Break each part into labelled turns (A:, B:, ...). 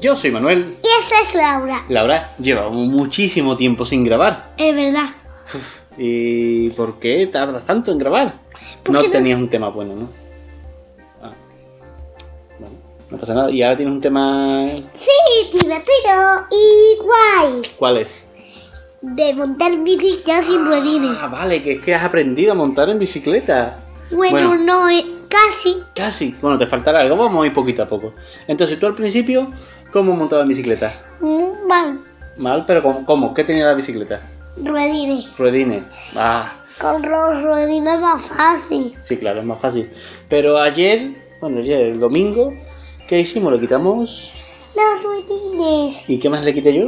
A: Yo soy Manuel.
B: Y esta es Laura.
A: Laura, llevamos muchísimo tiempo sin grabar.
B: Es verdad.
A: ¿Y por qué tardas tanto en grabar?
B: ¿Por
A: no
B: qué no?
A: tenías un tema bueno, ¿no? Ah. Bueno, no pasa nada. Y ahora tienes un tema.
B: Sí, divertido y guay.
A: ¿Cuál es?
B: De montar bici ya sin ruedines.
A: Ah, vale, que es que has aprendido a montar en bicicleta.
B: Bueno,
A: Bueno.
B: no es casi.
A: Casi. Bueno, te faltará algo. Vamos a ir poquito a poco. Entonces, tú al principio, ¿cómo montabas en bicicleta?
B: mm, Mal.
A: Mal, pero ¿cómo? cómo? ¿Qué tenía la bicicleta?
B: Ruedines.
A: Ruedines. Ah,
B: Con los ruedines más fácil.
A: Sí, claro, es más fácil. Pero ayer, bueno, ayer, el domingo, ¿qué hicimos? Lo quitamos.
B: Los ruedines.
A: ¿Y qué más le quité yo?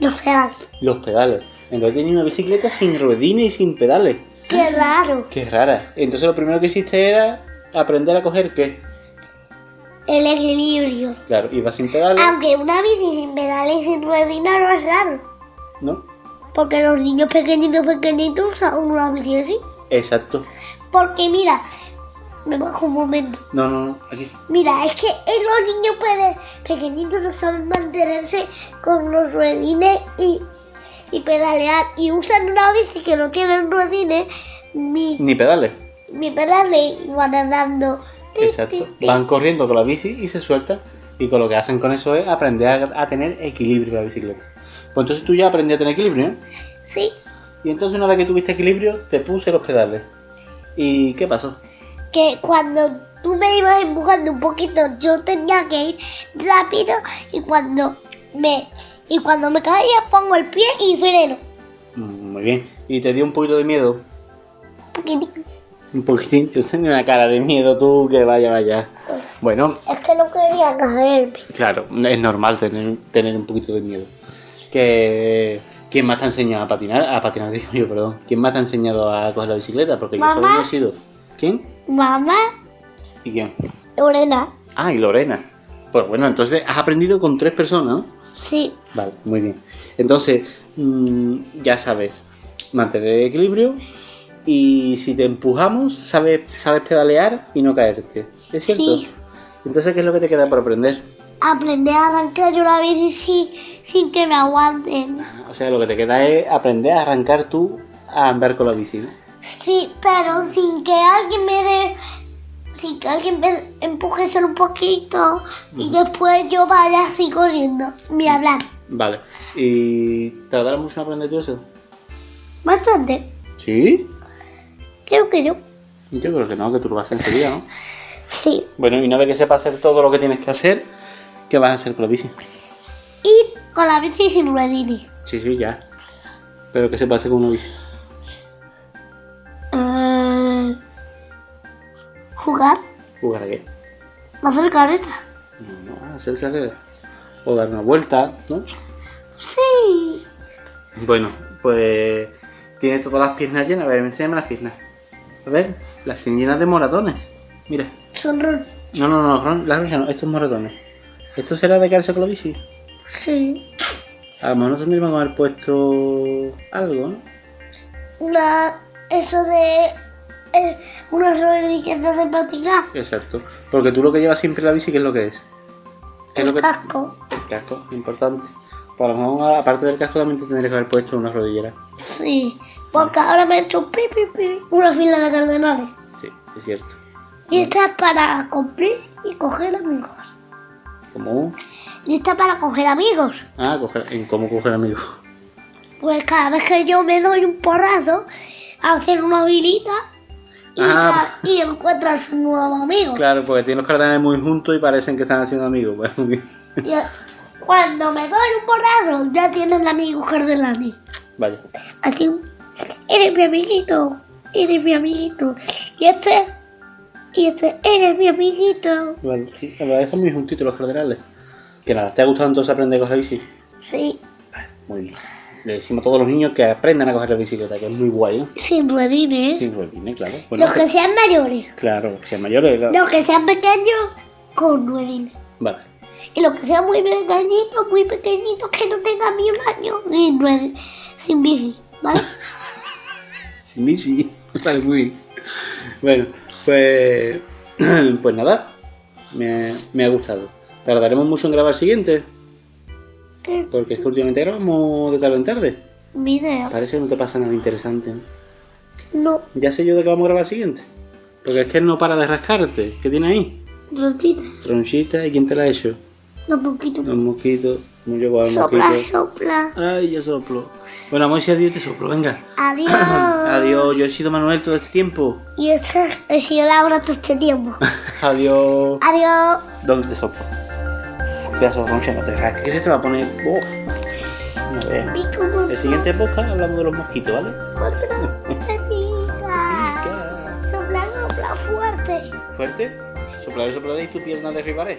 B: Los pedales.
A: Los pedales. Entonces tenía una bicicleta sin ruedines y sin pedales.
B: Qué raro.
A: Qué rara. Entonces lo primero que hiciste era aprender a coger qué.
B: El equilibrio.
A: Claro, iba sin pedales,
B: Aunque una bici sin pedales y sin ruedines no es raro.
A: ¿no?
B: Porque los niños pequeñitos, pequeñitos usan una bici así.
A: Exacto.
B: Porque mira, me bajo un momento.
A: No, no, no. Aquí.
B: Mira, es que eh, los niños pede- pequeñitos no saben mantenerse con los ruedines y, y pedalear. Y usan una bici que no tienen ruedines, mi,
A: Ni pedales.
B: mi pedale y van andando. Ti,
A: Exacto.
B: ti, ti.
A: Van corriendo con la bici y se sueltan. Y con lo que hacen con eso es aprender a, a tener equilibrio la bicicleta. Pues entonces tú ya aprendí a tener equilibrio, ¿eh? ¿no?
B: Sí,
A: Y entonces una vez que tuviste equilibrio, te puse los pedales. ¿Y qué pasó?
B: que cuando tú me ibas empujando un poquito, yo tenía que ir rápido y cuando me y cuando me caía pongo el pie y freno.
A: Mm, Muy bien. ¿Y te dio un poquito de miedo?
B: Un poquitín.
A: Un poquitín. Tú tienes una cara de miedo tú, que vaya, vaya. Bueno,
B: Es que no quería caerme.
A: claro, es normal tener, tener un poquito de miedo. Que... ¿Quién más te ha enseñado a patinar? A patinar, digo yo, perdón. ¿Quién más te ha enseñado a coger la bicicleta? Porque yo solo
B: Mamá.
A: he sido. ¿Quién?
B: Mamá,
A: ¿Y quién?
B: Lorena,
A: Ah, y Lorena. Pues bueno, entonces has aprendido con tres personas, ¿no?
B: sí,
A: Vale, muy bien. Entonces, mm, ya sabes, mantener el equilibrio y si te empujamos, sabes, sabes pedalear y no caerte. ¿Es cierto?
B: Sí.
A: Entonces, ¿qué es lo que te queda por aprender?
B: aprender a arrancar una bici sin, sin que me aguanten.
A: O sea, lo que te queda es aprender a arrancar tú a andar con la bici. ¿no?
B: Sí, pero sin que alguien me dé, sin que alguien me empuje solo un poquito y después yo vaya así corriendo, ni hablar.
A: Vale. ¿Y tardará mucho en aprender tú eso?
B: Bastante,
A: Sí.
B: creo que yo.
A: Yo creo que no, que tú lo vas a hacer enseguida, ¿no?
B: Sí,
A: Bueno, y una vez que sepas hacer todo lo que tienes que hacer, ¿qué vas a hacer con la bici?
B: y con la bici sin ruedines.
A: Sí, sí, ya. Pero que se pase con una bici.
B: Eh, jugar,
A: ¿Jugar a qué?
B: hacer carreta.
A: No, no, hacer carrera. Ah, O dar una vuelta, ¿no?
B: Sí,
A: Bueno, pues tiene todas las piernas llenas. A ver, enséñame las piernas. A ver, las tiene llenas de moratones. Mira.
B: sonrón.
A: No, no, no, Ron, las risas no, estos moratones. ¿Esto será de cárcel con la bici?
B: Sí,
A: A lo mejor nos tendríamos que haber puesto algo, ¿no?
B: una, eso de es unas rodillas de practicar.
A: Exacto. Porque tú lo que llevas siempre en la bici, ¿qué es lo que es? ¿Qué es
B: El
A: lo que...
B: casco.
A: El casco, importante. Pues a lo mejor, aparte del casco, también te tendrías que haber puesto unas rodilleras.
B: Sí, porque ahora me he hecho pi, pi, pi, una fila de cardenales.
A: Sí, es cierto.
B: Y esta es para cumplir y coger amigos.
A: Como un...
B: Y esta es para coger amigos.
A: Ah, coger, en cómo coger amigos.
B: Pues cada vez que yo me doy un porrazo, hacer una vilita y,
A: Ah.
B: ca- y encuentras un nuevo amigo.
A: Claro, porque tienen los cardenales muy juntos y parecen que están haciendo amigos. pues, muy bien.
B: Y a- cuando me doy un porrazo, ya tienen amigos cardenales.
A: Vaya.
B: Así, eres mi amiguito, eres mi amiguito. Y este, y este, eres mi amiguito.
A: Vale, sí, me parecen muy juntitos los cardenales. Que nada, ¿te ha gustado entonces aprender a coger bici?
B: Sí,
A: Muy bien. Le decimos a todos los niños que aprendan a coger la bicicleta, que es muy guay, ¿eh?
B: sin ruedines.
A: Sí, ruedines, claro.
B: los que sean mayores.
A: Claro, los que sean mayores. claro.
B: Los que sean pequeños, con ruedines.
A: Vale.
B: Y los que sean muy pequeñitos, muy pequeñitos, que no tengan ni un año, sin ruedines, sin bici, ¿vale?
A: Sin bici. Vale, muy bien. Bueno, pues. Pues nada, me, me ha gustado. Tardaremos mucho en grabar el siguiente,
B: ¿Qué?
A: porque es que últimamente grabamos de tarde en tarde.
B: Video.
A: Parece que no te pasa nada interesante. ¿no?
B: No,
A: Ya sé yo de qué vamos a grabar el siguiente. Porque es que él no para de rascarte. ¿Qué tiene ahí?
B: rutina.
A: Tronchita, ¿y quién te la ha hecho?
B: No, poquito.
A: Los mosquitos. Muy yo con el
B: Sopla,
A: mosquito.
B: sopla.
A: Ay, ya soplo. Bueno, Moisés, adiós, te soplo, venga.
B: Adiós.
A: Adiós, yo he sido Manuel todo este tiempo.
B: Y esta he sido Laura todo este tiempo.
A: Adiós.
B: Adiós.
A: ¿Dónde te soplo? Cuidado, soplo, Moisés, no te rasques. ¿Qué se te va a poner? Uf. A ver.
B: Mi como
A: El siguiente podcast hablamos de los mosquitos, ¿vale?
B: amiga. Sopla, sopla fuerte.
A: ¿Fuerte? Soplaré, soplaré y tu pierna derribaré.